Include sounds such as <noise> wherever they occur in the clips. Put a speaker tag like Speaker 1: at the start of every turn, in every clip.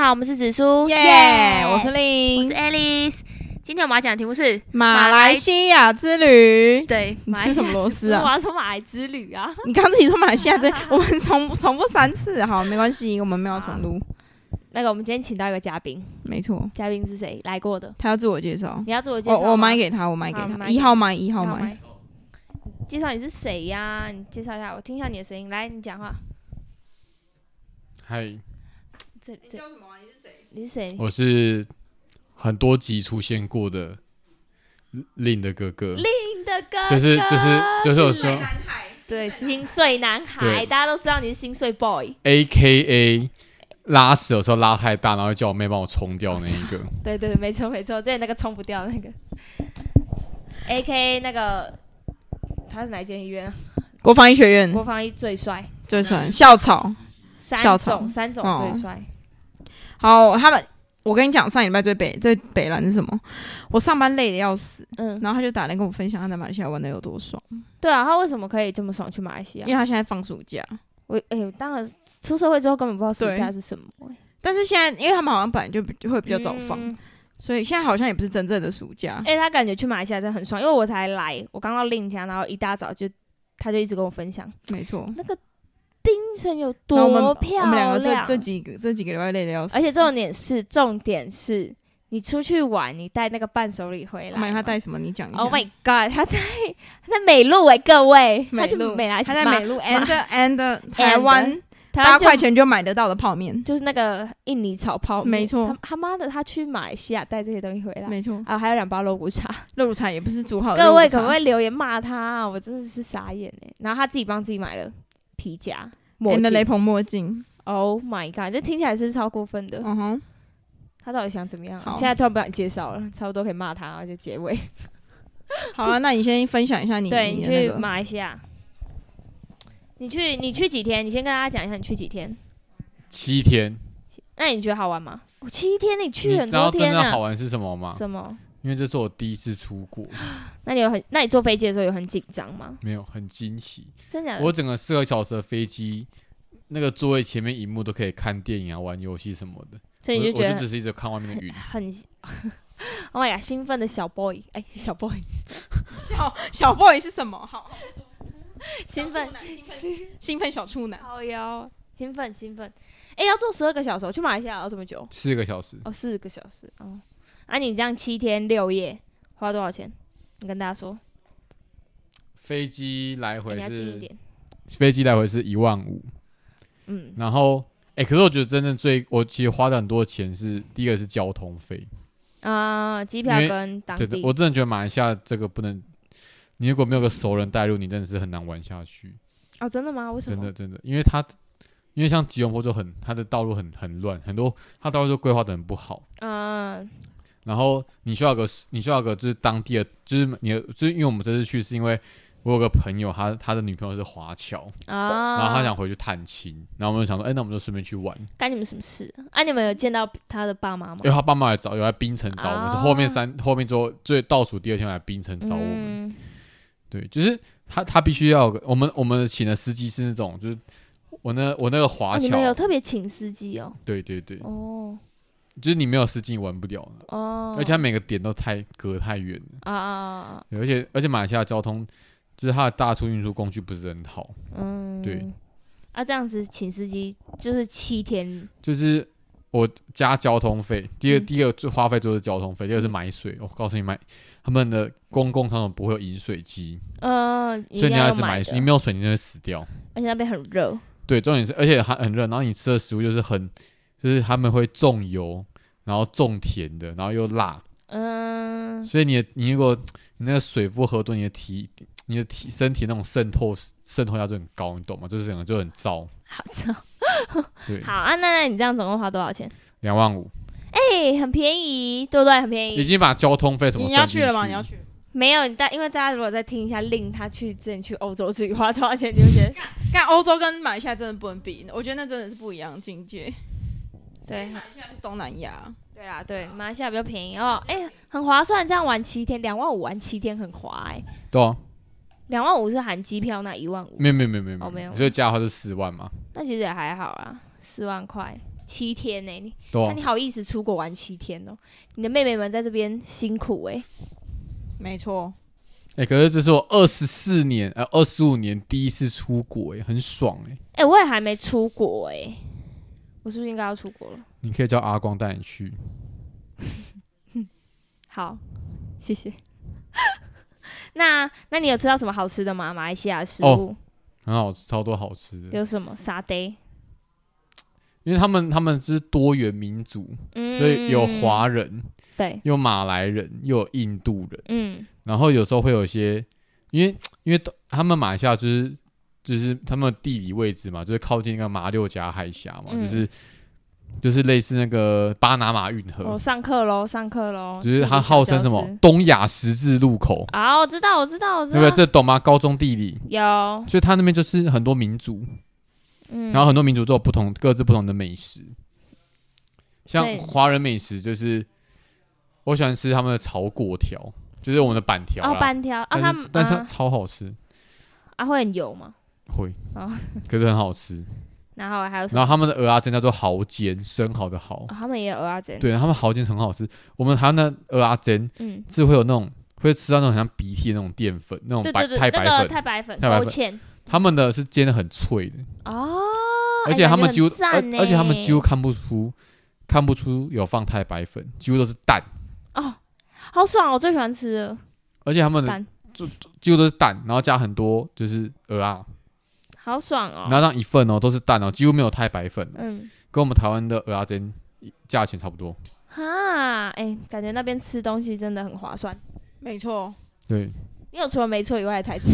Speaker 1: 好，我们是紫苏，
Speaker 2: 耶、我是
Speaker 1: 我是
Speaker 2: 令。
Speaker 1: Alice。今天我们要讲的题目是
Speaker 2: 马来西亚之旅，
Speaker 1: 对，
Speaker 2: 你吃什么螺丝
Speaker 3: 是我
Speaker 2: 啊？
Speaker 3: 要说马来之旅啊，
Speaker 2: 你刚自己说马来西亚之旅，我们重重复三次，好，没关系，我们没有重录，
Speaker 3: <laughs> 那个我们今天请到一个嘉宾，
Speaker 2: 没错，
Speaker 3: 嘉宾是谁？来过的，
Speaker 2: 他要自我介绍，
Speaker 3: 你要自我介绍吗。
Speaker 2: 哦我我买给他，我买给
Speaker 3: 好
Speaker 2: 他，
Speaker 3: 买
Speaker 2: 一
Speaker 3: 给
Speaker 2: 号麦，一
Speaker 3: 你
Speaker 2: 号
Speaker 3: 好
Speaker 2: 麦，
Speaker 3: 吗，介绍你是谁呀、你介绍一下，我听一下你的声音。来，你讲话。哎
Speaker 4: 嗨，
Speaker 3: 这这叫什么、你是谁？你是谁？
Speaker 4: 我是很多集出现过的令的哥哥，
Speaker 3: 你的歌
Speaker 4: 就是就是就是我说
Speaker 3: 对心碎男孩，
Speaker 4: 对
Speaker 3: 大家都知道你是心碎 boy。
Speaker 4: A K A 拉屎有时候拉太大，然后叫我妹帮我冲掉
Speaker 3: <laughs>
Speaker 4: 那一个。
Speaker 3: 对对对，没错没错，之前那个冲不掉的那个，A K 那个他是哪一间医院啊？
Speaker 2: 国防医学院
Speaker 3: 国防医最帅，
Speaker 2: 最帅校草，校
Speaker 3: 三
Speaker 2: 草
Speaker 3: 种三种
Speaker 2: 哦
Speaker 3: 最帅。
Speaker 2: 好，他们。我跟你讲，上礼拜最北最北蓝是什么？我上班累的要死，
Speaker 3: 嗯，
Speaker 2: 然后他就打来跟我分享他在马来西亚玩的有多爽，
Speaker 3: 对啊，他为什么可以这么爽去马来西亚
Speaker 2: 因为？他现在放暑假，
Speaker 3: 我哎、呦，当然出社会之后根本不知道暑
Speaker 2: 对
Speaker 3: 假是什么、哎
Speaker 2: 但是现在因为他们好像本来就比就会比较早放，
Speaker 3: 嗯
Speaker 2: 所以现在好像也不是真正的暑假。
Speaker 3: 哎、他感觉去马来西亚真的很爽，因为我才来，我刚到令家，然后一大早就他就一直跟我分享
Speaker 2: 没错，
Speaker 3: 那个冰城有
Speaker 2: 然后我
Speaker 3: 多
Speaker 2: 们
Speaker 3: 漂亮，
Speaker 2: 我们两个这这几个这几个礼拜累的要死，
Speaker 3: 而且重点是重点是你出去玩，你带那个伴手礼回来
Speaker 2: 我买
Speaker 3: 嘛。
Speaker 2: 他带什么？你讲一下。
Speaker 3: Oh my god！他在他在美露哎、各位，他
Speaker 2: 美
Speaker 3: 去
Speaker 2: 露，
Speaker 3: 美来西
Speaker 2: 他
Speaker 3: 亚
Speaker 2: 在美露 and and 台
Speaker 3: and-
Speaker 2: 湾
Speaker 3: 台湾
Speaker 2: 八
Speaker 3: 就
Speaker 2: 块钱就买得到的泡面，
Speaker 3: 就是那个印尼炒泡面，
Speaker 2: 没错
Speaker 3: 他他妈的，他去马来西亚带这些东西回来，
Speaker 2: 没错，
Speaker 3: 啊，还有两包肉骨茶。
Speaker 2: 肉茶也不是煮好的肉
Speaker 3: 各
Speaker 2: 骨
Speaker 3: 位
Speaker 2: 茶
Speaker 3: 可不可以留言骂他、啊？我真的是傻眼哎、然后他自己帮自己买了皮夹、墨
Speaker 2: and 雷
Speaker 3: 镜。
Speaker 2: 朋墨镜，
Speaker 3: Oh my god！这听起来是不是超过分的？
Speaker 2: 嗯哼，
Speaker 3: 他到底想怎么样、啊？
Speaker 2: 好
Speaker 3: 现在突然不想介绍了，差不多可以骂他、啊，就结尾。
Speaker 2: 好啊了，那你先分享一下你
Speaker 3: 对
Speaker 2: 你
Speaker 3: 你
Speaker 2: 的那
Speaker 3: 去
Speaker 2: 个
Speaker 3: 马来西亚，你去你去几天？你先跟大家讲一下你去几天。
Speaker 4: 七天，
Speaker 3: 那你觉得好玩吗？我哦七天，你
Speaker 4: 你
Speaker 3: 去很
Speaker 4: 知道
Speaker 3: 多
Speaker 4: 真
Speaker 3: 天
Speaker 4: 正好
Speaker 3: 啊。
Speaker 4: 玩是什么吗？
Speaker 3: 什么？
Speaker 4: 因为这是我第一次出国，
Speaker 3: 那你有很？那你坐飞机的时候有很紧张吗？
Speaker 4: 没有很惊喜。
Speaker 3: 真的假的？
Speaker 4: 我整个四个小时的飞机，那个座位前面荧幕都可以看电影啊、玩游戏什么的，
Speaker 3: 所以你
Speaker 4: 我
Speaker 3: 就觉
Speaker 4: 我
Speaker 3: 得
Speaker 4: 就只是一直看外面的云。
Speaker 3: 很 <laughs> ，Oh my god！兴奋的小 boy，哎、小 <laughs> boy，
Speaker 2: 小小 boy 是什么？好，
Speaker 3: 兴奋，
Speaker 2: 兴奋小处男，
Speaker 3: 好哟，兴奋兴奋。哎、要坐十二个小时哦，去马来西亚要这么久？
Speaker 4: 四个小时，
Speaker 3: 哦，四个小时哦。啊，你这样七天六夜花多少钱？你跟大家说，
Speaker 4: 飞机来
Speaker 3: 哎
Speaker 4: 回
Speaker 3: 你要近一
Speaker 4: 是
Speaker 3: 点。
Speaker 4: 飞机来回是一万五，
Speaker 3: 嗯，
Speaker 4: 然后哎、可是我觉得真正最我其实花的很多钱是第一个是交通费，
Speaker 3: 啊、机票
Speaker 4: 嗯因为
Speaker 3: 跟当
Speaker 4: 对
Speaker 3: 地
Speaker 4: 的，我真的觉得马来西亚这个不能，你如果没有个熟人带路，你真的是很难玩下去，
Speaker 3: 哦，真的吗？为什
Speaker 4: 真
Speaker 3: 么？
Speaker 4: 的真的，因为它因为像吉隆坡就很它的道路很很乱，很多它道路就规划的很不好。
Speaker 3: 嗯、
Speaker 4: 然后你需要有个你需要有个就是当地的，就是你的，就是因为我们这次去是因为我有个朋友，他他的女朋友是华侨，
Speaker 3: 啊，
Speaker 4: 然后他想回去探亲，然后我们就想说，哎、那我们就顺便去玩，
Speaker 3: 干你们什么事啊？啊，你们有见到他的爸妈吗
Speaker 4: 因为？他爸妈来找，有来槟城找我们，是后面
Speaker 3: 啊
Speaker 4: 三后面之后最倒数第二天来槟城找我们，
Speaker 3: 嗯，
Speaker 4: 对，就是他他必须要有个我们我们请的司机是那种就是。我那我那个
Speaker 3: 哦
Speaker 4: 华
Speaker 3: 你
Speaker 4: 侨
Speaker 3: 们，有特别请司机哦，
Speaker 4: 对对对，
Speaker 3: 哦
Speaker 4: 就是你没有司机你玩不了，
Speaker 3: 哦，
Speaker 4: 而且他每个点都太隔太远了，
Speaker 3: 啊啊，
Speaker 4: 对而且而且马来西亚交通就是它的大众运输工具不是很好，
Speaker 3: 啊嗯，
Speaker 4: 对。
Speaker 3: 啊，这样子请司机就是七天，
Speaker 4: 就是我加交通费，第二、
Speaker 3: 嗯
Speaker 4: 第二最花费就是交通费，第二是买水。我告诉你买，他们的公共场所不会有饮水机，
Speaker 3: 嗯，
Speaker 4: 所以你
Speaker 3: 要
Speaker 4: 一直买
Speaker 3: 买的
Speaker 4: 水，你没有水你就会死掉。
Speaker 3: 而且那边很热，
Speaker 4: 对，重点是而且还很热，然后你吃的食物就是很，就是他们会重油，然后重甜的，然后又辣，
Speaker 3: 嗯，
Speaker 4: 所以你的你如果你那个水不喝多，你的体你的体身体那种渗透渗透压就很高，你懂吗？就是整个就很糟。 <laughs>
Speaker 3: 好的，
Speaker 4: 对，
Speaker 3: 好啊，那那你这样总共花多少钱？
Speaker 4: 两万五
Speaker 3: 哎，很便宜，对不对？很便
Speaker 4: 已
Speaker 3: 宜。
Speaker 4: 经把交通费什么
Speaker 2: 你要
Speaker 4: 算进
Speaker 2: 去了吗？你要去？
Speaker 3: 没有，你大因为大家如果再听一下令他去之前去欧洲去花多少钱，你会觉得
Speaker 2: 看欧洲跟马来西亚真的不能比，我觉得那真的是不一样的境界。
Speaker 3: 对
Speaker 2: 马来西亚是东南亚，
Speaker 3: 对啦，对，马来西亚比较便宜哦，哎，很划算，这样玩七天，两万五玩七天很划哎，
Speaker 4: 对啊，
Speaker 3: 两万五是含机票那一万五，
Speaker 4: 没有没有没有没有，
Speaker 3: 哦没有
Speaker 4: 所以加的话是四万嘛。
Speaker 3: 那其实也还好啊，四万块，七天呢、你
Speaker 4: 对
Speaker 3: 那
Speaker 4: 啊
Speaker 3: 你，好意思出国玩七天哦、你的妹妹们在这边辛苦哎、
Speaker 2: 没错，
Speaker 4: 哎、可是这是我二十四年呃二十五年第一次出国、哎，很爽哎、
Speaker 3: 哎、我也还没出国哎、我是不是应该要出国了？
Speaker 4: 你可以叫阿光带你去，
Speaker 3: 好，谢谢。 <laughs> 那那你有吃到什么好吃的吗？马来西亚食物、
Speaker 4: 哦很好吃，超多好吃的。
Speaker 3: 有什么沙爹？
Speaker 4: 因为他们他们是多元民族，
Speaker 3: 嗯
Speaker 4: 所以有华人，
Speaker 3: 对，
Speaker 4: 有马来人，又有印度人，
Speaker 3: 嗯
Speaker 4: 然后有时候会有一些，因为因为他们马来西亚就是就是他们地理位置嘛，就是靠近那个马六甲海峡嘛，
Speaker 3: 嗯
Speaker 4: 就是就是类似那个巴拿马运
Speaker 3: 我、
Speaker 4: 河，
Speaker 3: 哦上课喽，上课喽。
Speaker 4: 只嗯哦是它
Speaker 3: 地理小
Speaker 4: 号称什
Speaker 3: 教
Speaker 4: 么
Speaker 3: 师？
Speaker 4: 东亚十字路口，
Speaker 3: 啊，我知道，我知道，我知
Speaker 4: 对不对？
Speaker 3: 道。
Speaker 4: 这懂吗？高中地理，
Speaker 3: 有，
Speaker 4: 所以它那边就是很多民族，
Speaker 3: 嗯，
Speaker 4: 然后很多民族都有不同各自不同的美食，像
Speaker 3: 对
Speaker 4: 华人美食就是我喜欢吃他们的炒粿条，就是我们的板条
Speaker 3: 哦，
Speaker 4: 啦
Speaker 3: 半条啊，他
Speaker 4: 但是
Speaker 3: 们
Speaker 4: 但是它
Speaker 3: 啊
Speaker 4: 超好吃，
Speaker 3: 啊会很油嘛，
Speaker 4: 会
Speaker 3: 哦，
Speaker 4: 可是很好吃。
Speaker 3: 然后还有什么？
Speaker 4: 然后他们的鹅啊煎叫做蚝煎，生蚝的蚝
Speaker 3: 哦，他们也有蚵仔煎，
Speaker 4: 对，他们蚝煎很好吃。我们台湾的鹅啊煎
Speaker 3: 嗯，
Speaker 4: 是会有那种会吃到那种很像鼻涕的那种淀粉，那
Speaker 3: 对
Speaker 4: 种白
Speaker 3: 对对，
Speaker 4: 太白
Speaker 3: 那个
Speaker 4: 粉，
Speaker 3: 太白粉
Speaker 4: 太白
Speaker 3: 勾
Speaker 4: 粉
Speaker 3: 芡
Speaker 4: 他们的是煎的很脆的，
Speaker 3: 哦，
Speaker 4: 而且
Speaker 3: 哎
Speaker 4: 他们几乎
Speaker 3: 感觉
Speaker 4: 而
Speaker 3: 很赞欸
Speaker 4: 而且他们
Speaker 3: 呢
Speaker 4: 几乎看不出看不出有放太白粉，几乎都是蛋。
Speaker 3: 哦，好爽，我最喜欢吃了，
Speaker 4: 而且他们的
Speaker 3: 蛋
Speaker 4: 就就几乎都是蛋，然后加很多就是鹅啊，
Speaker 2: 哦
Speaker 3: 好爽
Speaker 4: 然
Speaker 3: 哦，
Speaker 4: 后这样一份哦都是蛋哦，几乎没有太白粉哦，
Speaker 3: 嗯，
Speaker 4: 跟我们台湾的鹅啊煎价钱差不多。
Speaker 3: 哈，哎，感觉那边吃东西真的很划算。
Speaker 2: 没错。
Speaker 4: 对，
Speaker 3: 你有除了没错以外的台词？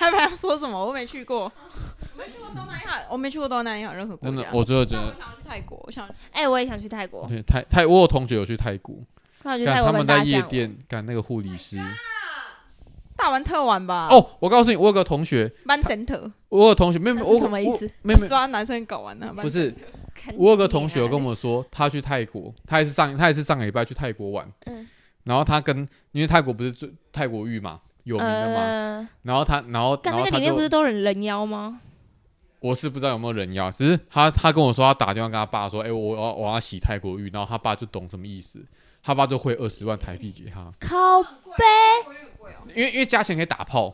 Speaker 2: 他们要说什么？我没去过， <laughs> 我没去过东南亚，我没去过东南亚任何国
Speaker 4: 真
Speaker 2: 家
Speaker 4: 的。，我真的觉
Speaker 2: 但我
Speaker 4: 得，
Speaker 2: 想要去泰国，我想
Speaker 3: 哎，我也想去泰国，
Speaker 4: 对泰泰，我有同学有去泰国，
Speaker 3: 那我去
Speaker 4: 干
Speaker 3: 泰
Speaker 4: 他
Speaker 3: 国
Speaker 4: 们
Speaker 3: 跟
Speaker 4: 在
Speaker 3: 大
Speaker 4: 夜
Speaker 3: 象玩。
Speaker 4: 店干那个护理师。
Speaker 2: 哦大玩特玩吧。，
Speaker 4: 哦，我告诉你，我有个同学，
Speaker 2: 班神特
Speaker 4: 我有个同学，没有，
Speaker 3: 那
Speaker 4: 没
Speaker 3: 是
Speaker 4: 有我
Speaker 3: 什么意思？
Speaker 4: 我没有，没
Speaker 2: <laughs>
Speaker 4: 有
Speaker 2: 抓男生搞完啊。
Speaker 4: 不是，
Speaker 3: 看
Speaker 4: 我有个
Speaker 3: 你
Speaker 4: 同学
Speaker 3: 啊
Speaker 4: 有跟我说，他去泰国，他也是上，他也是上个礼拜去泰国玩，
Speaker 3: 嗯
Speaker 4: 然后他跟，因为泰国不是最泰国浴嘛，有名的嘛，
Speaker 3: 呃，
Speaker 4: 然后他，然后，
Speaker 3: 干
Speaker 4: 然
Speaker 3: 那
Speaker 4: 后
Speaker 3: 个
Speaker 4: 他
Speaker 3: 里面
Speaker 4: 就
Speaker 3: 不是都有人妖吗？
Speaker 4: 我是不知道有没有人妖，只是他他跟我说，他打电话跟他爸说，哎、我我要我要洗泰国浴，然后他爸就懂什么意思，他爸就汇二十万台币给他，
Speaker 3: 靠，
Speaker 4: 因为因为加钱可以打炮，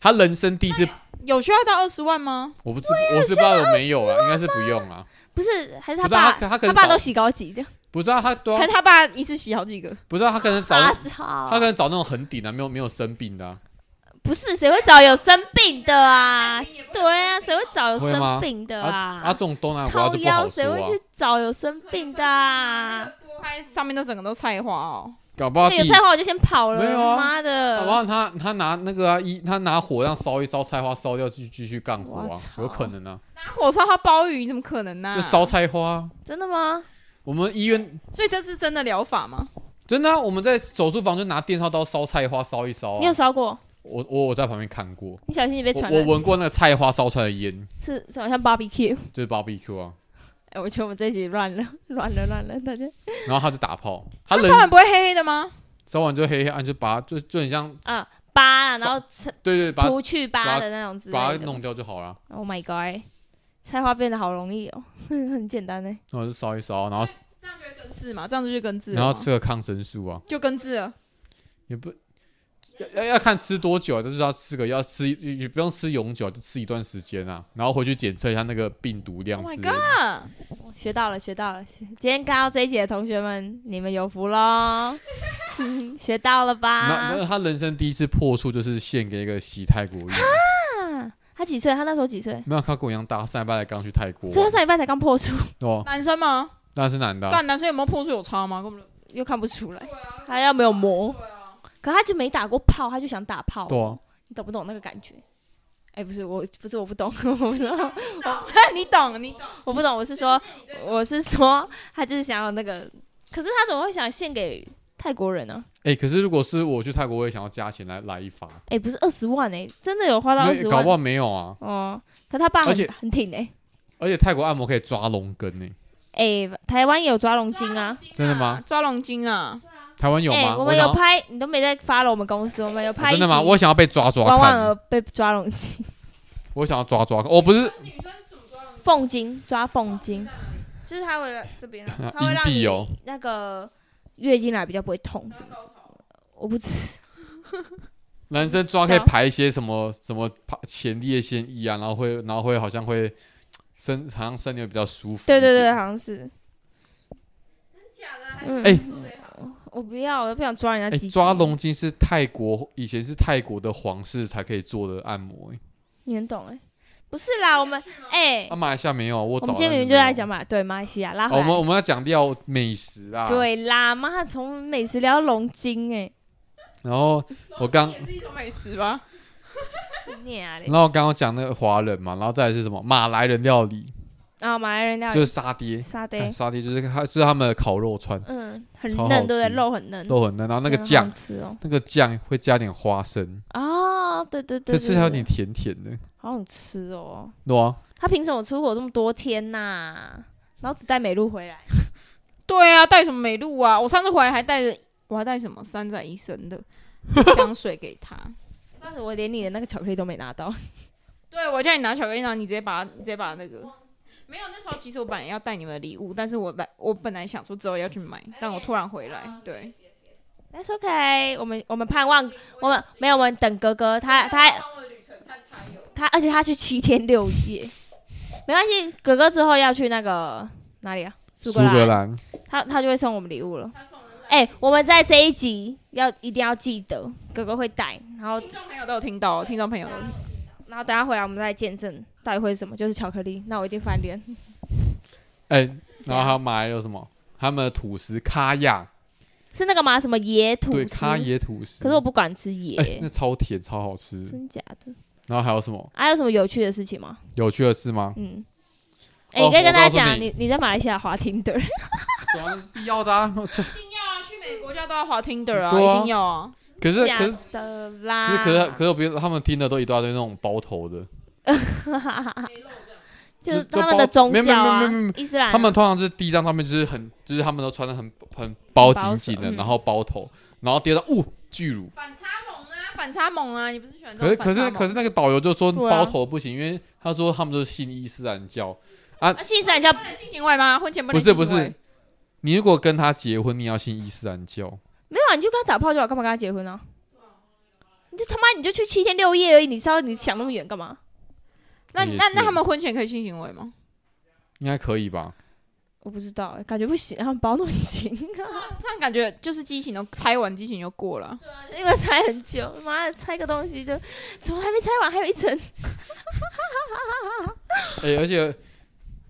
Speaker 4: 他人生第一次，
Speaker 2: 有需要到二十万吗？
Speaker 4: 我不知我是不知道有没有啊，应该是不用啊，
Speaker 3: 不是，还是他
Speaker 4: 不知道
Speaker 3: 爸，
Speaker 4: 他他
Speaker 3: 他
Speaker 4: 可能
Speaker 3: 爸
Speaker 4: 找
Speaker 3: 都洗高级的，
Speaker 4: 不知道他对、
Speaker 2: 还
Speaker 4: 啊
Speaker 2: 是，他爸一次洗好几个？
Speaker 4: 不知道他可能找
Speaker 3: 我
Speaker 4: 他可
Speaker 3: 啊操！
Speaker 4: 能找那种很顶的、啊没有没有生病的、啊，
Speaker 3: 不是，谁会找有生病的啊？对啊，谁会找有
Speaker 4: 会吗
Speaker 3: 生病的
Speaker 4: 啊啊这种东南亚国
Speaker 3: 靠
Speaker 4: 家就不
Speaker 3: 腰，
Speaker 4: 好
Speaker 3: 谁
Speaker 4: 说
Speaker 3: 会
Speaker 4: 啊，
Speaker 3: 去找有生病的啊？
Speaker 2: 它上面都整个都菜花哦。
Speaker 4: 搞不
Speaker 3: 那
Speaker 4: 好自
Speaker 3: 有
Speaker 4: 己
Speaker 3: 菜。花我就先跑了
Speaker 4: 没有，啊
Speaker 3: 妈
Speaker 4: 搞不好
Speaker 3: 的！
Speaker 4: 他他拿那个啊，一他拿火这样烧一烧菜花，烧掉继续继续干活
Speaker 3: 我
Speaker 4: 啊，
Speaker 3: 操啊
Speaker 4: 有可能啊，
Speaker 2: 拿火烧它鲍鱼，怎么可能呢？
Speaker 4: 就烧，菜花啊。
Speaker 3: 真的吗？
Speaker 4: 我们医院
Speaker 2: 所以这是真的疗法吗？
Speaker 4: 真的啊、我们在手术房就拿电烧刀烧菜花，烧一烧、
Speaker 3: 你有
Speaker 4: 啊。
Speaker 3: 烧过？我
Speaker 4: 我我我在旁边看过，
Speaker 3: 你小心你被
Speaker 4: 我
Speaker 3: 传
Speaker 4: 我
Speaker 3: 染。
Speaker 4: 闻过那个菜花烧出来的烟，
Speaker 3: 是好像 barbecue。 <laughs>
Speaker 4: 就是 barbecue 啊。
Speaker 3: 哎，我觉得我们这一集乱了， <laughs> 乱了，乱了，大家
Speaker 4: 然后他就打
Speaker 3: <laughs>
Speaker 4: 炮，他
Speaker 2: 它
Speaker 4: 人
Speaker 2: 烧完不会黑黑的吗？
Speaker 4: 烧完就黑黑暗，就把它就就很像，
Speaker 3: 啊疤啊，然后
Speaker 4: 对对，把它
Speaker 3: 涂去
Speaker 4: 把
Speaker 3: 疤
Speaker 4: 它
Speaker 3: 的那种之类
Speaker 4: 把
Speaker 3: 的
Speaker 4: 它
Speaker 3: 吧。
Speaker 4: 弄掉就好了。
Speaker 3: Oh my god！菜花变得好容易哦， <laughs> 很简单欸呢。
Speaker 4: 然后就烧一烧，然后
Speaker 2: 这样就会根治嘛？这样子就根治了
Speaker 4: 然
Speaker 2: 吗，
Speaker 4: 后吃个抗生素啊，
Speaker 2: 就根治了。
Speaker 4: 也不要要要看吃多久啊，就是要吃个要吃也也不用吃永久，就吃一段时间啊。然后回去检测一下那个病毒量
Speaker 2: Oh
Speaker 4: 之
Speaker 2: my
Speaker 4: 类的。
Speaker 2: god！
Speaker 4: 哦
Speaker 3: 我学到了，学到了。 <laughs> 今天看到这一集的同学们，你们有福 <laughs> 喽，学到了
Speaker 4: 那
Speaker 3: 吧？
Speaker 4: 那他人生第一次破处就是献给一个西泰国裔。
Speaker 3: 啊他几岁？他那时候几岁？
Speaker 4: 没有，他跟我一样大，上礼拜才刚去泰国玩，
Speaker 3: 所以他上礼拜才刚破处，
Speaker 4: 哦，
Speaker 2: 男生吗？
Speaker 4: 那是男的啊、
Speaker 2: 干男生有没有破处有差吗？根本就
Speaker 3: 又看不出来，他要没有磨，
Speaker 2: 啊
Speaker 3: 可他就没打过炮，他就想打炮，
Speaker 4: 对啊，
Speaker 3: 你懂不懂那个感觉？哎，不是我，不是我不懂， <laughs> 我不懂，<laughs>
Speaker 2: 你懂你懂。
Speaker 3: 我不懂，我是说，我是说，他就是想要那个，可是他怎么会想献给泰国人呢、
Speaker 4: 哎、可是如果是我去泰国，我也想要加钱来来一发，
Speaker 3: 哎，不是二十万哎、真的有花到二
Speaker 4: 没
Speaker 3: 十
Speaker 4: 有
Speaker 3: 万，
Speaker 4: 搞不好没有啊。
Speaker 3: 哦，可他爸
Speaker 4: 而且
Speaker 3: 很很挺哎、
Speaker 4: 而且泰国按摩可以抓龙根呢、
Speaker 3: 欸，哎、台湾也有抓龙筋啊，
Speaker 4: 真的吗？
Speaker 2: 抓龙筋啊！
Speaker 4: 台湾有
Speaker 3: 哎、
Speaker 4: 吗？
Speaker 3: 我们有
Speaker 4: 想要
Speaker 3: 拍，你都没在发了我们公司，我们有
Speaker 4: 哦
Speaker 3: 拍一
Speaker 4: 真的吗？
Speaker 3: 集
Speaker 4: 我想要被抓抓
Speaker 3: 弯弯
Speaker 4: 看，
Speaker 3: 儿被抓龙筋，
Speaker 4: 哦我想要抓抓看。我、不是
Speaker 3: 凤筋抓凤筋，就是它会让这边啊，
Speaker 4: 那
Speaker 3: 它会让
Speaker 4: 硬币哦
Speaker 3: 你那个月经来比较不会痛什么什么的。我不知
Speaker 4: <laughs> 男生抓可以
Speaker 3: 知道
Speaker 4: 排一些什么什么排前列腺液啊，然后会然后会好像会身好像身体会比较舒服。
Speaker 3: 对对对，，好像是。嗯，
Speaker 4: 哎
Speaker 3: 我不要，我不想抓人家
Speaker 4: 哎、
Speaker 3: 鸡鸡。
Speaker 4: 抓龙筋是泰国以前是泰国的皇室才可以做的按摩、欸，
Speaker 3: 你很懂哎、不是啦，我们哎、
Speaker 4: 啊，马来西亚没有啊，我
Speaker 3: 我
Speaker 4: 找
Speaker 3: 们
Speaker 4: 到
Speaker 3: 今天
Speaker 4: 那
Speaker 3: 明明
Speaker 4: 个
Speaker 3: 就
Speaker 4: 没
Speaker 3: 在
Speaker 4: 有
Speaker 3: 讲马对马来西亚拉
Speaker 4: 啊
Speaker 3: 回
Speaker 4: 我们
Speaker 3: 来，
Speaker 4: 我们要讲料美食啊。。
Speaker 3: 对啦，妈从美食聊到龙筋哎、
Speaker 4: 然后我刚，
Speaker 2: 也是一种美食吧？
Speaker 3: 你啊嘞
Speaker 4: 然，后我刚刚讲那个华人嘛，然后再来是什么马来人料理，
Speaker 3: 啊马来人料
Speaker 4: 就
Speaker 3: 理
Speaker 4: 是沙爹，
Speaker 3: 沙
Speaker 4: 但
Speaker 3: 爹，
Speaker 4: 沙爹就是它就是他们的烤肉串
Speaker 3: 嗯，很
Speaker 4: 超好
Speaker 3: 嫩，对不对？
Speaker 4: 吃
Speaker 3: 肉很嫩，
Speaker 4: 都很嫩，然后那个
Speaker 3: 真的好
Speaker 4: 酱
Speaker 3: 吃哦，
Speaker 4: 那个酱会加点花生，
Speaker 3: 哦，对对对对，
Speaker 4: 就吃起来有
Speaker 3: 对
Speaker 4: 点甜甜的，
Speaker 3: 好想吃哦。
Speaker 4: 对啊，
Speaker 3: 他凭什么出国这么多天呐、然后只带美露回来，
Speaker 2: 对啊，带什么美露啊？我上次回来还带着，我还带什么山寨医生
Speaker 4: <laughs>
Speaker 2: 的香水给他。
Speaker 3: 但是我连你的那个巧克力都没拿到。
Speaker 2: 对，我叫你拿巧克力，然后你直接把它，你直接把那个。没有，那时候其实我本来要带你们的礼物，但是我来，我本来想说之后要去买，但我突然回来，对，
Speaker 3: That's OK，我们我们盼望我们没有，我们等哥哥，他他他，而且他去七天六夜，没关系，哥哥之后要去那个哪里啊？苏
Speaker 4: 苏
Speaker 3: 格兰，
Speaker 4: 格兰
Speaker 3: 他他就会送我们礼物了。哎、我们在这一集要一定要记得，哥哥会带，然后
Speaker 2: 哎听众朋友都有听到哦，听众朋友都有听到
Speaker 3: 然后等他回来我们再见证到底会是什么，就是巧克力，那我一定翻脸。
Speaker 4: 哎、然后还有马来有什么？他们的吐司卡亚，
Speaker 3: 是那个吗？什么野吐
Speaker 4: 对，
Speaker 3: 司？
Speaker 4: 卡野吐司。
Speaker 3: 可是我不敢吃野，
Speaker 4: 哎、那超甜，超好吃。
Speaker 3: 真假的？啊
Speaker 4: 然后还有什么
Speaker 3: 还、有什么有趣的事情吗？
Speaker 4: 有趣的事吗？
Speaker 3: 嗯，哎、
Speaker 4: 哦
Speaker 3: 你可以跟大家
Speaker 4: 我告诉
Speaker 3: 讲，
Speaker 4: 你
Speaker 3: 你你在马来西亚滑听的，
Speaker 4: 对啊，必要的啊。这
Speaker 2: 一定要啊，去美国就要都要滑 Tinder 啊，
Speaker 4: 对啊
Speaker 2: 一定要啊，
Speaker 4: <laughs> 可是
Speaker 3: 假
Speaker 4: 可是
Speaker 3: 的
Speaker 4: 可是
Speaker 3: 啦，
Speaker 4: 可是可是，比如他们听的都一大堆那种包头的，
Speaker 3: 就是
Speaker 4: 这
Speaker 3: 他们的宗教
Speaker 4: 没
Speaker 3: 啊
Speaker 4: 有没有没有没有没有，
Speaker 3: 伊斯兰啊，
Speaker 4: 他们通常就是第一张照片就是很，就是他们都穿的很很包紧紧的，
Speaker 3: 很保守嗯
Speaker 4: 然后包头，然后第二张，哦，巨乳。
Speaker 2: 反差萌啊，反差萌啊，你不是喜欢这
Speaker 4: 可是
Speaker 2: 种反差
Speaker 4: 可是可
Speaker 2: 萌？
Speaker 4: 是那个导游就说
Speaker 3: 对啊
Speaker 4: 包头不行，因为他说他们都是信伊斯兰教，
Speaker 3: 啊，伊斯兰教
Speaker 2: 不能性行为吗？婚前不
Speaker 4: 不
Speaker 2: 能
Speaker 4: 是
Speaker 2: 性
Speaker 4: 不
Speaker 2: 行为
Speaker 4: 是，，你如果跟他结婚，你要信伊斯兰教。
Speaker 3: 没有啊，你就跟他打炮就好，干嘛跟他结婚呢、你就他妈你就去七天六夜而已，你知道你想那么远干嘛？
Speaker 2: 那
Speaker 4: 也
Speaker 2: 那
Speaker 4: 是
Speaker 2: 那他们婚前可以性行为吗？
Speaker 4: 应该可以吧？
Speaker 3: 我不知道、感觉不行，他们包那么紧
Speaker 4: <laughs>
Speaker 3: 啊，
Speaker 2: 这样感觉就是激情都拆完，激情就过了。
Speaker 3: 因为拆很久，妈的拆个东西就怎么还没拆完，还有一层，
Speaker 4: 哎、而且，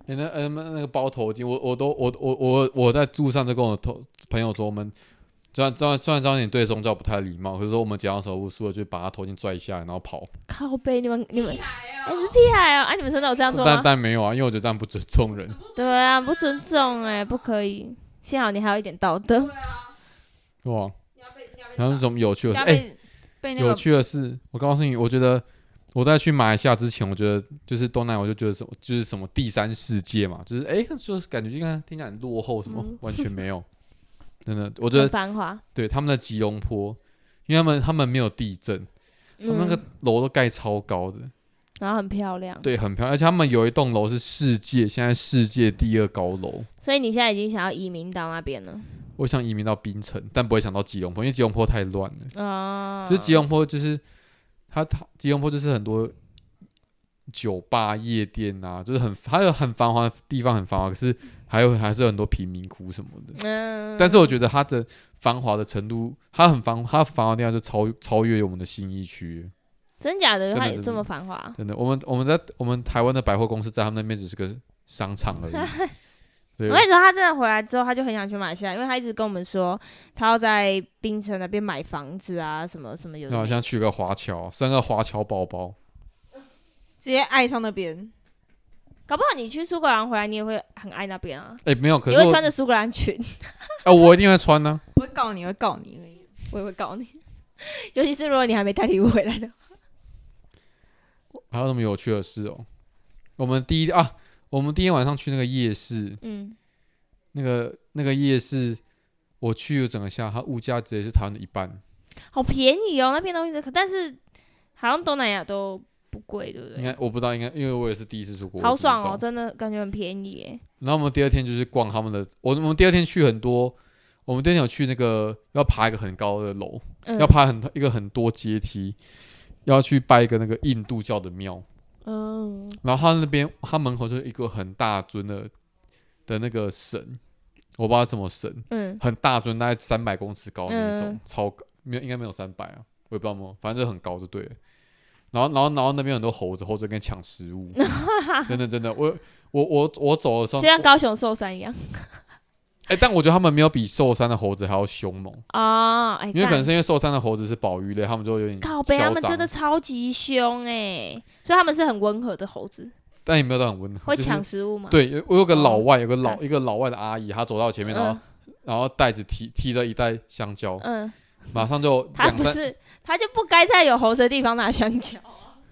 Speaker 4: 哎、那呃那那个包头巾，我我都我我我我在路上就跟我同朋友说，我们虽然虽然虽然知道你对宗教不太礼貌，可是说我们讲到手术了，就把他头巾拽下来，然后跑。
Speaker 3: 靠背你
Speaker 4: <laughs>
Speaker 3: 们你们，哎、你是屁孩哦、啊你们真的有这样做
Speaker 4: 但
Speaker 3: 吗？
Speaker 4: 但没有啊，因为我觉得这样不尊重人。
Speaker 3: <laughs> 对啊，不尊重哎、不可以，幸好你还有一点道德。
Speaker 4: 哇！然后什么有趣的事？
Speaker 2: 要
Speaker 4: 哎、
Speaker 2: 被被那
Speaker 4: 有
Speaker 2: 个
Speaker 4: 趣的事，我告诉你，我觉得我在去马来西亚之前，我觉得就是东南亚，我就觉得什么就是什么第三世界嘛，就是哎、就是感觉就看听起来很落后什么，
Speaker 3: 嗯
Speaker 4: 完全没有。真的，我觉得
Speaker 3: 很繁华，
Speaker 4: 对，他们的吉隆坡，因为他们他们没有地震，他
Speaker 3: 嗯
Speaker 4: 们那个楼都盖超高的，
Speaker 3: 然后很漂亮，
Speaker 4: 对，很漂亮。而且他们有一栋楼是世界现在世界第二高楼。
Speaker 3: 所以你现在已经想要移民到那边了
Speaker 4: 我想移民到槟城，但不会想到吉隆坡，因为吉隆坡太乱了。
Speaker 3: 啊？
Speaker 4: 就是吉隆坡，就是它它吉隆坡就是很多酒吧、夜店啊，就是很还有很繁华的地方，很繁华，可是还有还是有很多贫民窟什么的。
Speaker 3: 嗯，
Speaker 4: 但是我觉得它的繁华的程度，它很繁，它繁华的地方就超超越我们的新一区了。
Speaker 3: 真假的，
Speaker 4: 真的
Speaker 3: 它
Speaker 4: 真的
Speaker 3: 这么繁华，
Speaker 4: 真的，我们我们在我们台湾的百货公司，在他们那边只是个商场
Speaker 3: <laughs>
Speaker 4: 而已。对
Speaker 3: 我，跟你说，他真的回来之后，他就很想去马来西亚，因为他一直跟我们说，他要在槟城那边买房子啊，什么什么有的没
Speaker 4: 那好
Speaker 3: 的。
Speaker 4: 像去个华侨，生个华侨宝宝，
Speaker 2: 直接爱上那边，
Speaker 3: 搞不好你去苏格兰回来，你也会很爱那边啊，
Speaker 4: 哎、没有，可
Speaker 3: 你
Speaker 4: 是
Speaker 3: 会
Speaker 4: 我
Speaker 3: 穿着苏格兰裙。 <laughs>
Speaker 4: 啊我一定会穿呢、
Speaker 2: 我会告你，我会告你而已。
Speaker 3: 我也会告你，尤其是如果你还没带礼物回来的
Speaker 4: <laughs>
Speaker 3: 话。
Speaker 4: 还有什么有趣的事哦？我们第一啊，我们第一天晚上去那个夜市，
Speaker 3: 嗯，
Speaker 4: 那个那个夜市，我去整个下，它物价直接是台湾的一半。
Speaker 3: 好便宜哦，那边东西可，但是好像东南亚都不贵，对不
Speaker 4: 应
Speaker 3: 对？
Speaker 4: 该我不知道，应该因为我也是第一次出国，
Speaker 3: 好
Speaker 4: 我不知
Speaker 3: 爽
Speaker 4: 道
Speaker 3: 哦，真的感觉很便宜耶。
Speaker 4: 然后我们第二天就是逛他们的，我我们第二天去很多，我们第二天有去那个要爬一个很高的楼，
Speaker 3: 嗯
Speaker 4: 要爬很一个很多阶梯，要去拜一个那个印度教的庙，
Speaker 3: 嗯，
Speaker 4: 然后他那边他门口就是一个很大尊的的那个神，我不知道什么神，
Speaker 3: 嗯，
Speaker 4: 很大尊，大概三百公尺高的那种，
Speaker 3: 嗯
Speaker 4: 超高，没有应该没有三百啊，我也不知道有没有，反正就很高就对了。然后然后然后那边有很多猴子，猴子跟你抢食
Speaker 3: <laughs>
Speaker 4: 物，真的真的，我我我哦我走的时候
Speaker 3: 就，像高雄寿山一样
Speaker 4: 哎、但我觉得他们没有比寿山的猴子还要凶猛，
Speaker 3: 啊，哎，
Speaker 4: 因为可能
Speaker 3: 干
Speaker 4: 是因为寿山的猴子是保育类，他们就有点
Speaker 3: 靠背，他
Speaker 4: 嚣
Speaker 3: 们
Speaker 4: 张
Speaker 3: 真的，超级凶哎，所以他们是很温和的猴子，
Speaker 4: 但也没有到很温和，
Speaker 3: 会
Speaker 4: 哦就是
Speaker 3: 抢食物吗？
Speaker 4: 对，有我有个老
Speaker 3: 哦
Speaker 4: 外，有个老、
Speaker 3: 看
Speaker 4: 一个老外的阿姨，她走到我前面，然后、然后袋子提提着一袋香蕉，
Speaker 3: 嗯，
Speaker 4: 马上就
Speaker 3: 他
Speaker 4: 两
Speaker 3: 不
Speaker 4: 三
Speaker 3: 是，他就不该在有猴子的地方拿香蕉，
Speaker 2: <laughs>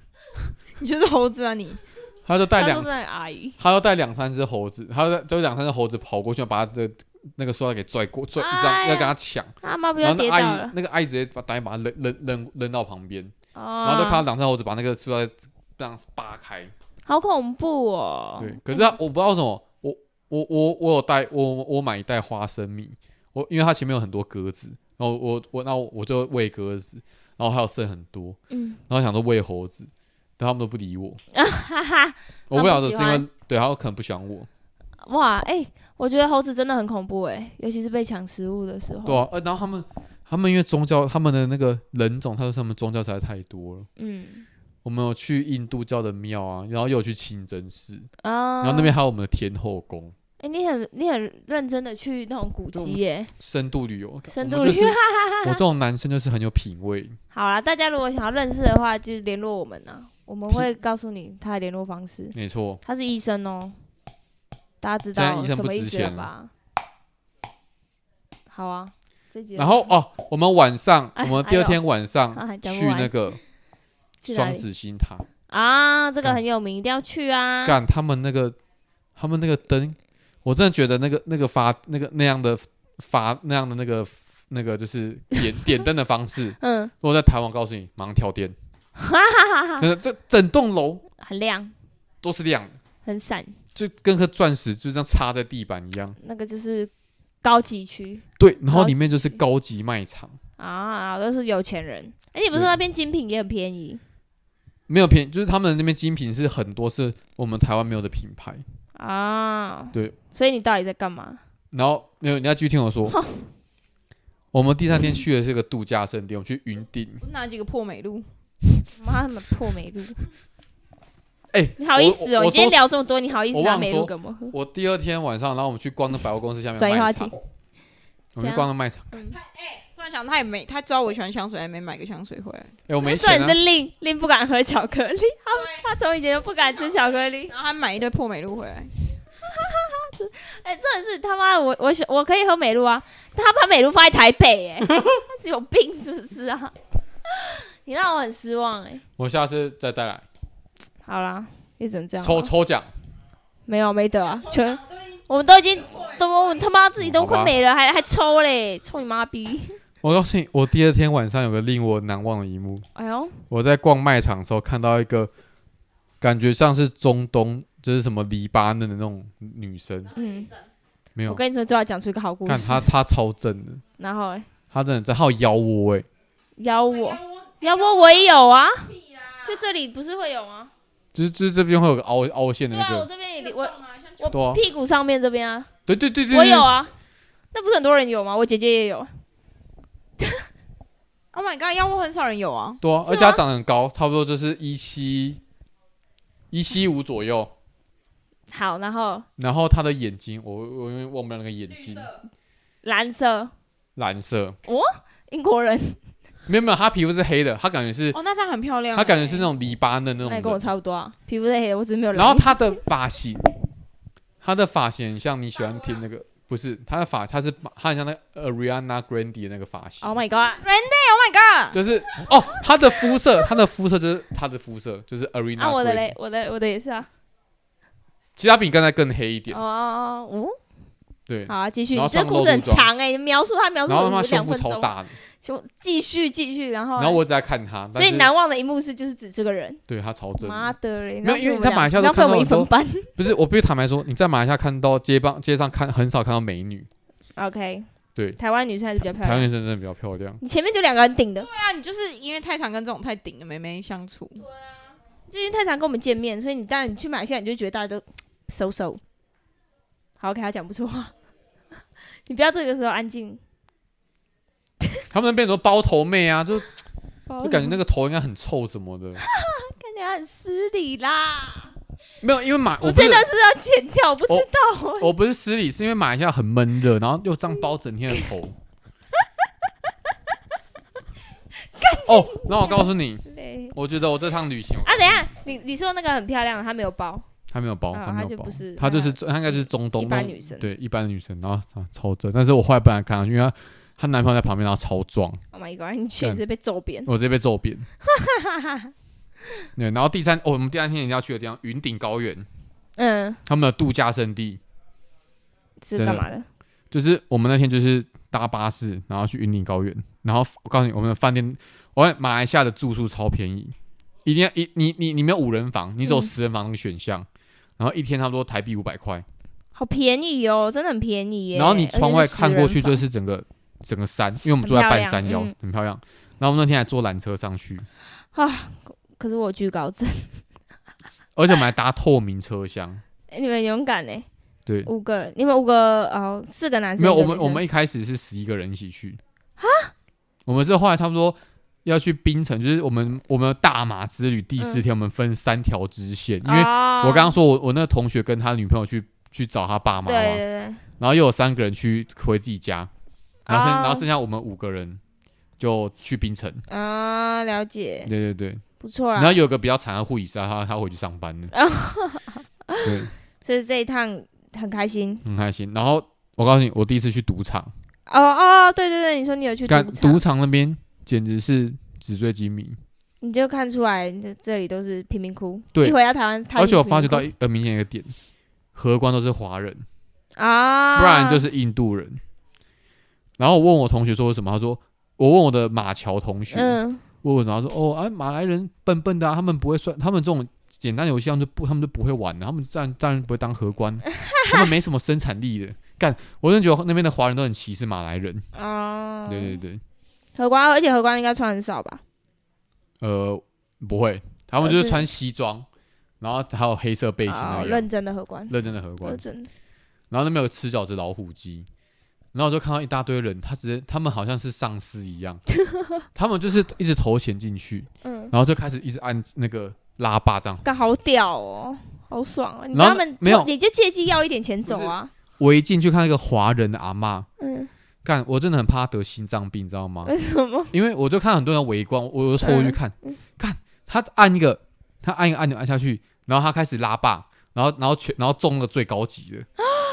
Speaker 2: 你就是猴子啊你！
Speaker 4: 他就 <laughs> 带
Speaker 3: 他说
Speaker 4: 两
Speaker 3: 是那个阿姨，
Speaker 4: 他要带两三只猴子，他就带就两三只猴子跑过去，把他的那个塑料给拽过拽一张，
Speaker 3: 哎呀
Speaker 4: 要跟他抢，
Speaker 3: 他妈不
Speaker 4: 然
Speaker 3: 要
Speaker 4: 后
Speaker 3: 跌
Speaker 4: 那
Speaker 3: 倒
Speaker 4: 阿姨
Speaker 3: 了，
Speaker 4: 那个阿姨直接把打把他扔扔扔扔到旁边，然
Speaker 3: 然
Speaker 4: 后就看到两三只猴子把那个塑料这样扒开。
Speaker 3: 好恐怖哦，
Speaker 4: 对，可是他我不知道为什么，我我我我有带我我买一袋花生米，我因为它前面有很多鸽子，然后我我那我就喂鸽子，然后还有剩很多，
Speaker 3: 嗯，
Speaker 4: 然后想说喂猴子，但他们都不理我，
Speaker 3: 哈哈，
Speaker 4: 我不晓得
Speaker 3: 不喜
Speaker 4: 是因
Speaker 3: 欢
Speaker 4: 为对，他可能不喜欢我，
Speaker 3: 哇，哎、我觉得猴子真的很恐怖哎、尤其是被抢食物的时候。
Speaker 4: 对啊，呃，然后他们他们因为宗教他们的那个人种，他说他们宗教实在太多了。
Speaker 3: 嗯
Speaker 4: 我们有去印度教的庙啊，然后又有去清真寺，
Speaker 3: 啊，
Speaker 4: 然后那边还有我们的天后宫，
Speaker 3: 哎、你很你很认真的去那种古
Speaker 4: 对我
Speaker 3: 迹
Speaker 4: 们
Speaker 3: 耶、
Speaker 4: 深度旅游，
Speaker 3: 深
Speaker 4: 我们
Speaker 3: 度
Speaker 4: 就
Speaker 3: 旅
Speaker 4: 是
Speaker 3: 游
Speaker 4: 我这种男生就是很有品味，
Speaker 3: 好啦，大家如果想要认识的话，就联络我们呐，我们会告诉你他的联络方式。
Speaker 4: 没错。
Speaker 3: 他是医生哦，大家知
Speaker 4: 现在
Speaker 3: 道
Speaker 4: 医生
Speaker 3: 什
Speaker 4: 不
Speaker 3: 么意
Speaker 4: 值
Speaker 3: 思了
Speaker 4: 钱
Speaker 3: 吧？好啊，这集
Speaker 4: <laughs> 然后哦，我们晚上，我
Speaker 3: 哎
Speaker 4: 们第
Speaker 3: 还有
Speaker 4: 二天晚上
Speaker 3: 啊还讲不
Speaker 4: 去那
Speaker 3: 完
Speaker 4: 个
Speaker 3: 去哪
Speaker 4: 双
Speaker 3: 里
Speaker 4: 子星塔，
Speaker 3: 啊，这个
Speaker 4: 干
Speaker 3: 很有名，一定要去啊！，
Speaker 4: 干他们那个他们那个灯，我真的觉得那个那个发那个那样的发那样的那个那个就是点点灯的方式
Speaker 3: 嗯，
Speaker 4: 如果在台湾，我告诉你，马上跳电，真的，这整栋楼
Speaker 3: 很亮，
Speaker 4: 都是亮的，
Speaker 3: 很闪，
Speaker 4: 就跟颗钻石就这样插在地板一样。
Speaker 3: 那个就是高级区。
Speaker 4: 对，然后
Speaker 3: 高
Speaker 4: 里面就是
Speaker 3: 级
Speaker 4: 高级卖场，
Speaker 3: 啊，都是有钱人。哎、你不是
Speaker 4: 对
Speaker 3: 说那边精品也很便宜
Speaker 4: 没有便宜，就是他们那边精品是很多是我们台湾没有的品牌。
Speaker 3: 啊？
Speaker 4: 对，
Speaker 3: 所以你到底在干嘛？
Speaker 4: 然后没有，你要继续听我说。我们第三天去的是个度假胜地，我们去云顶。
Speaker 2: 我拿几个破美露，
Speaker 3: 妈的破美露！
Speaker 4: 哎、
Speaker 3: 你好意思哦、
Speaker 4: 我
Speaker 3: 你
Speaker 4: 我
Speaker 3: 今天
Speaker 4: 说
Speaker 3: 聊这么多，你好意思
Speaker 4: 我
Speaker 3: 拿
Speaker 4: 忘
Speaker 3: 美
Speaker 4: 说
Speaker 3: 露给我们喝？
Speaker 4: 我第二天晚上，然后我们去逛那百货公司下面
Speaker 3: 转移
Speaker 4: 的卖
Speaker 3: 话
Speaker 4: 场
Speaker 3: 题，
Speaker 4: 我们去逛那卖场。
Speaker 2: 突然想他也没，他知道我喜欢香水，还没买个香水回来。
Speaker 4: 哎、我没
Speaker 3: 虽
Speaker 4: 钱
Speaker 3: 然是
Speaker 4: 啊，
Speaker 3: 令令不敢喝巧克 <laughs> 力，他他从以前就不敢吃巧克力。
Speaker 2: 然后他买一堆破美露回来，
Speaker 3: 哎、这也是他妈的我我喜我可以喝美露啊，但他把美露放在台北、
Speaker 4: <laughs>
Speaker 3: 哎，他是有病是不是啊？你让我很失望哎、
Speaker 4: 我下次再带来
Speaker 3: 好啦，也只能这样
Speaker 4: 抽
Speaker 3: 了。
Speaker 4: 抽奖。
Speaker 3: 没有没得啊，全我们都已经都我他妈自己都快没了，还还抽嘞，抽你妈逼！
Speaker 4: 我告诉你，我第二天晚上有个令我难忘的一幕，
Speaker 3: 哎呦，
Speaker 4: 我在逛卖场的时候看到一个感觉像是中东，就是什么黎巴嫩的那种女生，
Speaker 3: 嗯，
Speaker 4: 没
Speaker 3: 我
Speaker 4: 有，
Speaker 3: 跟你说，就要讲出一个好故
Speaker 4: 看她
Speaker 3: 事。
Speaker 4: 她超正的，
Speaker 3: 然后嘞
Speaker 4: 她真的在，她有腰窝哎、
Speaker 3: 邀我，邀我我也有啊，就这里不是会有吗？
Speaker 4: 就是就是这边会有个凹凹陷的
Speaker 3: 对
Speaker 4: 那
Speaker 3: 啊，
Speaker 4: 个
Speaker 3: 我。这边也我
Speaker 4: 对啊，
Speaker 3: 屁股上面这边啊，
Speaker 4: 对对对对，
Speaker 3: 我
Speaker 4: 对
Speaker 3: 有。啊，那不是很多人有吗？我姐姐也有，
Speaker 2: Oh my god，腰窝很少人有啊，
Speaker 4: 对啊，而且他长得很高，差不多就是一七一七五左右。
Speaker 3: 好，然后
Speaker 4: 然后他的眼睛，我我永远忘不了那个眼睛，
Speaker 3: 蓝色
Speaker 4: 蓝色，
Speaker 3: 英国人，
Speaker 4: 没有没有，他皮肤是黑的，他感觉是、
Speaker 2: 哦，那这样很漂亮、
Speaker 4: 他感觉是那，种黎巴嫩那
Speaker 3: 那
Speaker 4: 种
Speaker 3: 你啊跟我
Speaker 4: 的。
Speaker 3: 差不多啊，皮肤是黑的，我只是没有蓝。
Speaker 4: 然后他的发型，他的发型很像你喜欢听那个，不是他的发，他是他很像那个 Ariana Grande 的那个发
Speaker 3: <laughs>
Speaker 4: 型。
Speaker 3: ，Oh my god，
Speaker 2: Oh my god，
Speaker 4: 就是哦，他的肤色，他的肤色就是他的肤色，就是 Arena。
Speaker 3: 啊，我的嘞，，我的我的也是啊，
Speaker 4: 其实他比你刚才更黑一
Speaker 3: 哦
Speaker 4: 点。
Speaker 3: 哦哦，哦
Speaker 4: 对，
Speaker 3: 好啊，继续。
Speaker 4: 然后
Speaker 3: 你这
Speaker 4: 上
Speaker 3: 故
Speaker 4: 楼
Speaker 3: 事很
Speaker 4: 路中
Speaker 3: 长哎、你描述他描述
Speaker 4: 然后他
Speaker 3: 了
Speaker 4: 妈
Speaker 3: 两
Speaker 4: 胸部
Speaker 3: 分
Speaker 4: 超
Speaker 3: 钟，
Speaker 4: 大的，
Speaker 3: 就继续继续，然后
Speaker 4: 然后我只在看他，
Speaker 3: 所以
Speaker 4: 男
Speaker 3: 难忘的一幕是就是指这个人，
Speaker 4: 对他超正，
Speaker 3: 妈的嘞！
Speaker 4: 没有因为你在马来西亚都
Speaker 3: 浪费我
Speaker 4: 看到
Speaker 3: 们一
Speaker 4: 很多
Speaker 3: 分班。
Speaker 4: 不是我必须坦白说，你在马来西亚看到街帮街上看很少看到美女，
Speaker 3: OK，
Speaker 4: 对，
Speaker 3: 台湾女生还是比较漂
Speaker 4: 台湾
Speaker 3: 亮。
Speaker 4: 女生真的比较漂亮，
Speaker 3: 你前面就两个人顶的，
Speaker 2: 对啊，你就是因为太常跟这种太顶的妹妹相处，
Speaker 3: 最近太常跟我们见面，所以你当然你去马来西亚，你就觉得大家都收收。好，OK，他讲不出话， <laughs> 你不要这个时候安静。
Speaker 4: 他们那边很多包头妹啊，就就
Speaker 3: 我
Speaker 4: 感觉那个头应该很臭什么的，
Speaker 3: 看起来很失礼啦。
Speaker 4: 没有，因为马
Speaker 3: 我
Speaker 4: 不
Speaker 3: 这
Speaker 4: 是
Speaker 3: 段是不是要剪掉，我不知道。
Speaker 4: <laughs> 我不是失礼，是因为马来西亚很闷热，然后又这样包整天的头。哦，那我告诉你，
Speaker 3: 累
Speaker 4: 我觉得我这趟旅行
Speaker 3: 啊，等一下，你你说那个很漂亮，她没有包，
Speaker 4: 他没有包，
Speaker 3: 啊
Speaker 4: 没
Speaker 3: 她
Speaker 4: 有
Speaker 3: 就
Speaker 4: 包
Speaker 3: 不是，
Speaker 4: 他就
Speaker 3: 她
Speaker 4: 是他应该就是中东
Speaker 3: 一般女生
Speaker 4: 对一般女生，然后她超正，但是我后来不敢看上去，因为她她男朋友在旁边，然后超壮，
Speaker 3: Oh my god！你去，你
Speaker 4: 干
Speaker 3: 是被揍扁。
Speaker 4: 我直接被
Speaker 3: <laughs>
Speaker 4: 揍扁。对，然后第三，哦，我们第三天一定要去的地方，云顶高原，
Speaker 3: 嗯，
Speaker 4: 他们的度假胜地，
Speaker 3: 是
Speaker 4: 真的
Speaker 3: 干嘛的？
Speaker 4: 就是我们那天就是搭巴士，然后去云顶高原，然后我告诉你，我们的饭店，我们马来西亚的住宿超便宜，一定要一你你你没有五人房，你只有
Speaker 3: 嗯
Speaker 4: 十人房那个选项，然后一天差不多台币五百块，
Speaker 3: 好便宜哦，真的很便宜耶。
Speaker 4: 然后你窗外看过去就是是整个整个山，因为我们住在半山腰
Speaker 3: 很漂亮嗯，
Speaker 4: 很漂亮。然后我们那天还坐缆车上去，
Speaker 3: 10人房啊，可是我有惧高症，
Speaker 4: 而且我们还搭透明车厢。
Speaker 3: <laughs> 你们勇敢呢？
Speaker 4: 对，
Speaker 3: 五个人，你们五个哦，四个男生，
Speaker 4: 没有
Speaker 3: 一
Speaker 4: 我
Speaker 3: 个
Speaker 4: 们
Speaker 3: 女
Speaker 4: 我
Speaker 3: 生
Speaker 4: 们一开始是十一个人一起去我们是后来差不多要去槟城，就是我们我们大马之旅第
Speaker 3: 嗯
Speaker 4: 四天，我们分三条支线，因为
Speaker 3: 哦
Speaker 4: 我刚刚说我我那个同学跟他女朋友去去找他爸妈
Speaker 3: 对
Speaker 4: 嘛，
Speaker 3: 对对，
Speaker 4: 然后又有三个人去回自己家，然后剩、
Speaker 3: 哦
Speaker 4: 然后剩下我们五个人就去槟城。
Speaker 3: 对啊，了解，
Speaker 4: 对对对。
Speaker 3: 不错啊
Speaker 4: 然后
Speaker 3: 啦。
Speaker 4: 有个比较惨的护理师啊，他他回去上班
Speaker 3: <laughs>
Speaker 4: 了，对，
Speaker 3: 所以这一趟很开心。
Speaker 4: 很开心。然后我告诉你，我第一次去赌场，
Speaker 3: 哦哦，对对对，你说你有去
Speaker 4: 干
Speaker 3: 赌
Speaker 4: 赌
Speaker 3: 场，
Speaker 4: 场那边简直是纸醉金迷，
Speaker 3: 你就看出来这这里都是贫民窟。
Speaker 4: 对
Speaker 3: 一回到台湾，
Speaker 4: 而且我发觉到
Speaker 3: 不
Speaker 4: 一呃明显一个点，荷官都是华人，
Speaker 3: 啊，
Speaker 4: 不然就是印度人。然后我问我同学说为什么，他说我问我的马侨同学，
Speaker 3: 嗯，
Speaker 4: 问我然后说哦啊马来人笨笨的啊，他们不会算，他们这种简单游戏他们就不他们就不会玩的，他们当然当然不会当荷
Speaker 3: <laughs>
Speaker 4: 官，他们没什么生产力的。干，我真的觉得那边的华人都很歧视马来人。
Speaker 3: 哦，
Speaker 4: 对对对，
Speaker 3: 荷官，而且荷官应该穿很少吧？
Speaker 4: 呃，不会，他们
Speaker 3: 呃
Speaker 4: 就是
Speaker 3: 对
Speaker 4: 穿西装，然后还有黑色背心
Speaker 3: 哦
Speaker 4: 那样，
Speaker 3: 认真的荷官，
Speaker 4: 认真的荷官
Speaker 3: 认。真的。
Speaker 4: 然后那边有吃饺子老虎机，然后我就看到一大堆人，他直接他们好像是丧尸一样， <laughs> 他们就是一直投钱进去，
Speaker 3: 嗯，
Speaker 4: 然后就开始一直按那个拉霸这样。
Speaker 3: 干好屌哦，好爽啊！你
Speaker 4: 然后
Speaker 3: 他们
Speaker 4: 没有
Speaker 3: 你就借机要一点钱走啊。
Speaker 4: 我一进去看到一个华人的阿嬷，
Speaker 3: 嗯，
Speaker 4: 干，我真的很怕她得心脏病，你知道吗？
Speaker 3: <laughs> 为什么？
Speaker 4: 因为我就看很多人围观，我我就凑过去看，看他按一个，他按一个按钮按下去，然后他开始拉霸，然后然后全然后中了最高级的，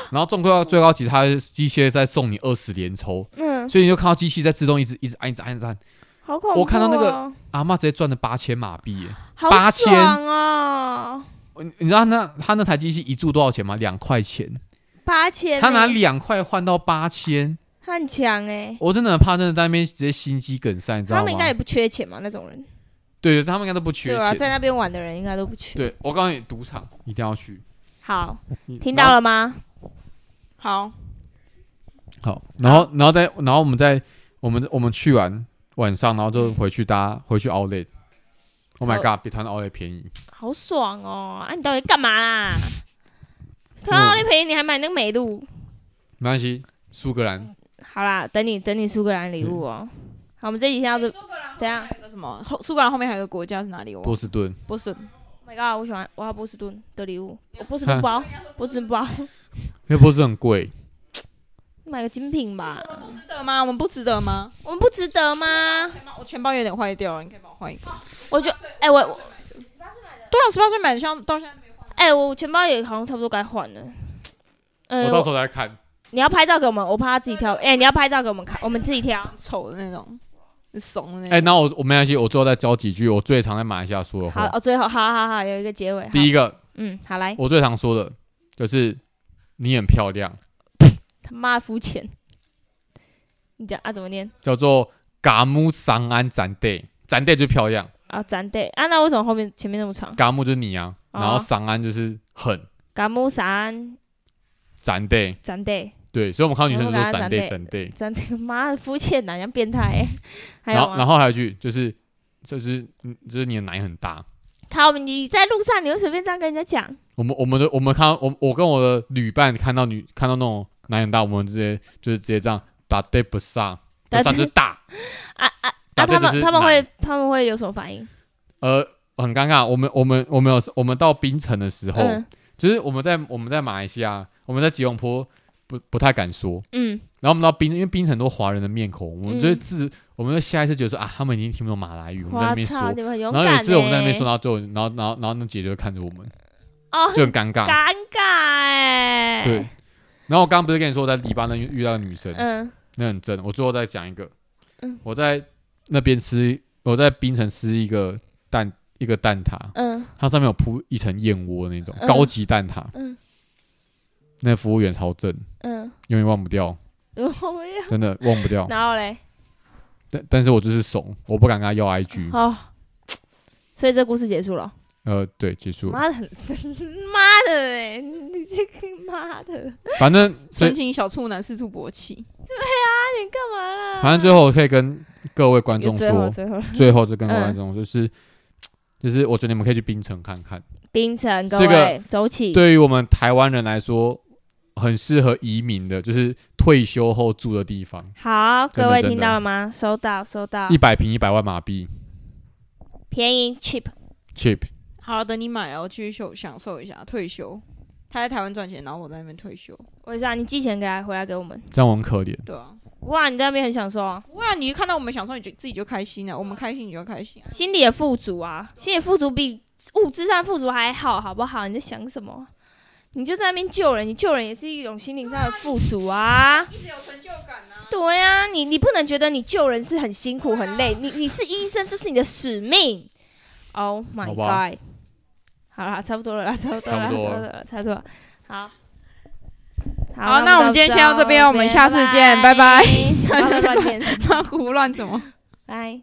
Speaker 4: 然后中到最高级，他机械再送你二十连抽，
Speaker 3: 嗯，
Speaker 4: 所以你就看到机器在自动一直一直按一直按一直按，
Speaker 3: 好恐怖哦！
Speaker 4: 我看到那个阿妈直接赚了八千马币耶！
Speaker 3: 好
Speaker 4: 8000
Speaker 3: 爽哦，
Speaker 4: 你你知道那他那台机器一注多少钱吗？两块钱，
Speaker 3: 八千欸，
Speaker 4: 他拿两块换到八千，
Speaker 3: 他很强哎，
Speaker 4: 我真的很怕，真的在那边直接心肌梗塞，你知
Speaker 3: 他
Speaker 4: 道吗
Speaker 3: 们应？该也不缺钱嘛，那种人。
Speaker 4: 对，他们应该都不缺
Speaker 3: 对啊，
Speaker 4: 钱。
Speaker 3: 在那边玩的人应该都不缺。，
Speaker 4: 对，嗯我告诉你，赌场一定要去。
Speaker 3: 好，
Speaker 4: 你
Speaker 3: 听到了吗？
Speaker 2: 好，
Speaker 4: 好，然后然后再然后我们再我们我们去完晚上，然后
Speaker 3: 嗯
Speaker 4: 就回去搭回去 Outlet。Oh
Speaker 3: 哦
Speaker 4: my god，比台湾 Outlet 便宜。
Speaker 3: 好爽哦！啊，你到底干嘛啦？他妈的赔你还买那个美露。
Speaker 4: 没关系，苏格兰
Speaker 3: 好啦，等你等你苏格兰礼物哦。
Speaker 4: 嗯
Speaker 3: 好，我们这 Oh 几天要是怎样
Speaker 2: 还有一个什么后苏格兰后面还有一个国家是哪里？我忘
Speaker 4: 波
Speaker 2: 了
Speaker 4: 士顿，
Speaker 2: 波士顿。
Speaker 3: ？Oh my god，我喜欢我要波士顿的礼物，我波士顿
Speaker 4: 啊
Speaker 3: 包，波士顿包，
Speaker 4: 因为波士顿很贵。
Speaker 3: 买个精品吧。
Speaker 2: 值得吗？我们不值得吗？
Speaker 3: 我们不值得吗？
Speaker 2: 钱包我钱包有点坏掉了，你可以帮我换一个。
Speaker 3: 我觉得，哎、我我
Speaker 2: 对啊，十八岁买的，像到现在没换。
Speaker 3: 哎、我钱包也好像差不多该换了。呃
Speaker 4: 我，到时候再看。
Speaker 3: 你要拍照给我们，我怕他自己挑。哎、你要拍照给我们看，我们自己挑。
Speaker 2: 丑的那种，很怂的那
Speaker 4: 哎，
Speaker 2: 种。
Speaker 4: 那我我没关系，我最后再教几句我最常在马来西亚说的
Speaker 3: 好，
Speaker 4: 话。
Speaker 3: 哦，最后，好好好，有一个结尾。好
Speaker 4: 第一个，
Speaker 3: 嗯，好来，
Speaker 4: 我最常说的就是你很漂亮，
Speaker 3: 他妈的肤浅。你讲啊，怎么念？
Speaker 4: 叫做嘎木桑安展队，展队就是漂亮，
Speaker 3: 啊，展对啊，那为什么后面前面那么长？
Speaker 4: 嘎木就是你啊，然后
Speaker 3: 哦
Speaker 4: 桑安就是很
Speaker 3: 嘎木山
Speaker 4: 展队，
Speaker 3: 展对
Speaker 4: 对，所以我们看到女生就
Speaker 3: 我
Speaker 4: 说
Speaker 3: 们把它
Speaker 4: 展队
Speaker 3: 展
Speaker 4: 展队，
Speaker 3: 展对，妈的肤浅男人变态欸。还
Speaker 4: 然
Speaker 3: 有
Speaker 4: 后然
Speaker 3: 吗？
Speaker 4: 后还有一句就是就是嗯就是你的奶很大，
Speaker 3: 他你在路上你会随便这样跟人家讲？
Speaker 4: 我们我们的我们看到我我跟我的旅伴看到女看到那种奶很大，我们直接就是直接这样打对不上，不
Speaker 3: 打
Speaker 4: 上就是大，
Speaker 3: 啊啊
Speaker 4: 打
Speaker 3: 啊！
Speaker 4: 对
Speaker 3: 他
Speaker 4: 就是
Speaker 3: 们他们
Speaker 4: 奶
Speaker 3: 会他们会有什么反应？
Speaker 4: 呃，很尴尬。我们我们我们有我们到槟城的时候，
Speaker 3: 嗯
Speaker 4: 就是我们在我们在马来西亚，我们在吉隆坡不不太敢说。
Speaker 3: 嗯，
Speaker 4: 然后我们到槟，因为槟城很多华人的面孔，我们
Speaker 3: 嗯
Speaker 4: 就是自、我们就下意识觉得说啊，他们已经听不懂马来语，我们在那
Speaker 3: 我
Speaker 4: 边
Speaker 3: 操，
Speaker 4: 说。
Speaker 3: 你们很勇
Speaker 4: 然后
Speaker 3: 敢
Speaker 4: 有一
Speaker 3: 欸。
Speaker 4: 次我们在那边说，然后最后然后然后然后那姐就看着我们，
Speaker 3: 哦，
Speaker 4: 就很尴尬。
Speaker 3: 尴尬哎。
Speaker 4: 啊对，。然后我刚刚不是跟你说我在黎巴嫩遇遇到的女生，
Speaker 3: 嗯
Speaker 4: 那很真。我最后再讲一个，
Speaker 3: 嗯
Speaker 4: 我在那边吃，我在槟城吃一个蛋一个蛋挞，
Speaker 3: 嗯，
Speaker 4: 它上面有铺一层燕窝那种、
Speaker 3: 嗯
Speaker 4: 高级蛋挞，
Speaker 3: 嗯
Speaker 4: 那服务员超正，
Speaker 3: 嗯，
Speaker 4: 永远忘
Speaker 3: <laughs>
Speaker 4: 不掉，
Speaker 3: 我要。
Speaker 4: 真的忘不掉。
Speaker 3: 然后嘞，
Speaker 4: 但但是我就是怂，我不敢跟他要 IG。
Speaker 3: 哦，所以这故事结束了。
Speaker 4: 呃，对，结束了。
Speaker 3: 妈的， <laughs> 妈的欸，你这个妈的，你
Speaker 4: 反正最
Speaker 2: 纯情小处男四处勃起，
Speaker 3: 干嘛啦？
Speaker 4: 反正最后我可以跟各位观众
Speaker 3: 啊最后嗯
Speaker 4: 说，
Speaker 3: 最后了，
Speaker 4: 最后就跟各位观众说就是。就是我觉得你们可以去槟城看看，
Speaker 3: 冰城各
Speaker 4: 是个
Speaker 3: 位走起，
Speaker 4: 对于我们台湾人来说，很适合移民的，就是退休后住的地方，
Speaker 3: 好，
Speaker 4: 真的
Speaker 3: 各位
Speaker 4: 真的
Speaker 3: 听到了吗？收到收到
Speaker 4: 一，百平一百万马币
Speaker 3: 便宜 cheap，
Speaker 4: ，cheap。
Speaker 2: 好，等你买了，我去享享受一下退休。他在台湾赚钱，然后我在那边退休，
Speaker 3: 我知道你寄钱给他，回来给我们。
Speaker 4: 这样我很可怜。
Speaker 2: 对啊，
Speaker 3: 哇，你在那边很享受啊，
Speaker 2: 不会啊，你看到我们享受，你就自己就开心了，我们开心你就开心啊。
Speaker 3: 心里也富足啊，心里富足比物质上富足还好，好不好？你在想什么？你就在那边救人，你救人也是一种心灵上的富足啊。
Speaker 2: 一直有成就感啊。
Speaker 3: 对呀、啊，你你不能觉得你救人是很辛苦很
Speaker 2: 啊
Speaker 3: 累，你你是医生，这是你的使命。Oh
Speaker 4: 好
Speaker 3: my
Speaker 4: 吧
Speaker 3: god！好啦，差不多了啦，差不多了啦，差
Speaker 4: 差不
Speaker 3: 不
Speaker 4: 多
Speaker 3: 多
Speaker 4: 了
Speaker 3: 了啦，差不多了。好，
Speaker 2: 好那我们今天先到这边我们下次见拜拜
Speaker 3: 拜拜，
Speaker 2: 啊 <laughs> 乱胡乱怎么？
Speaker 3: 拜。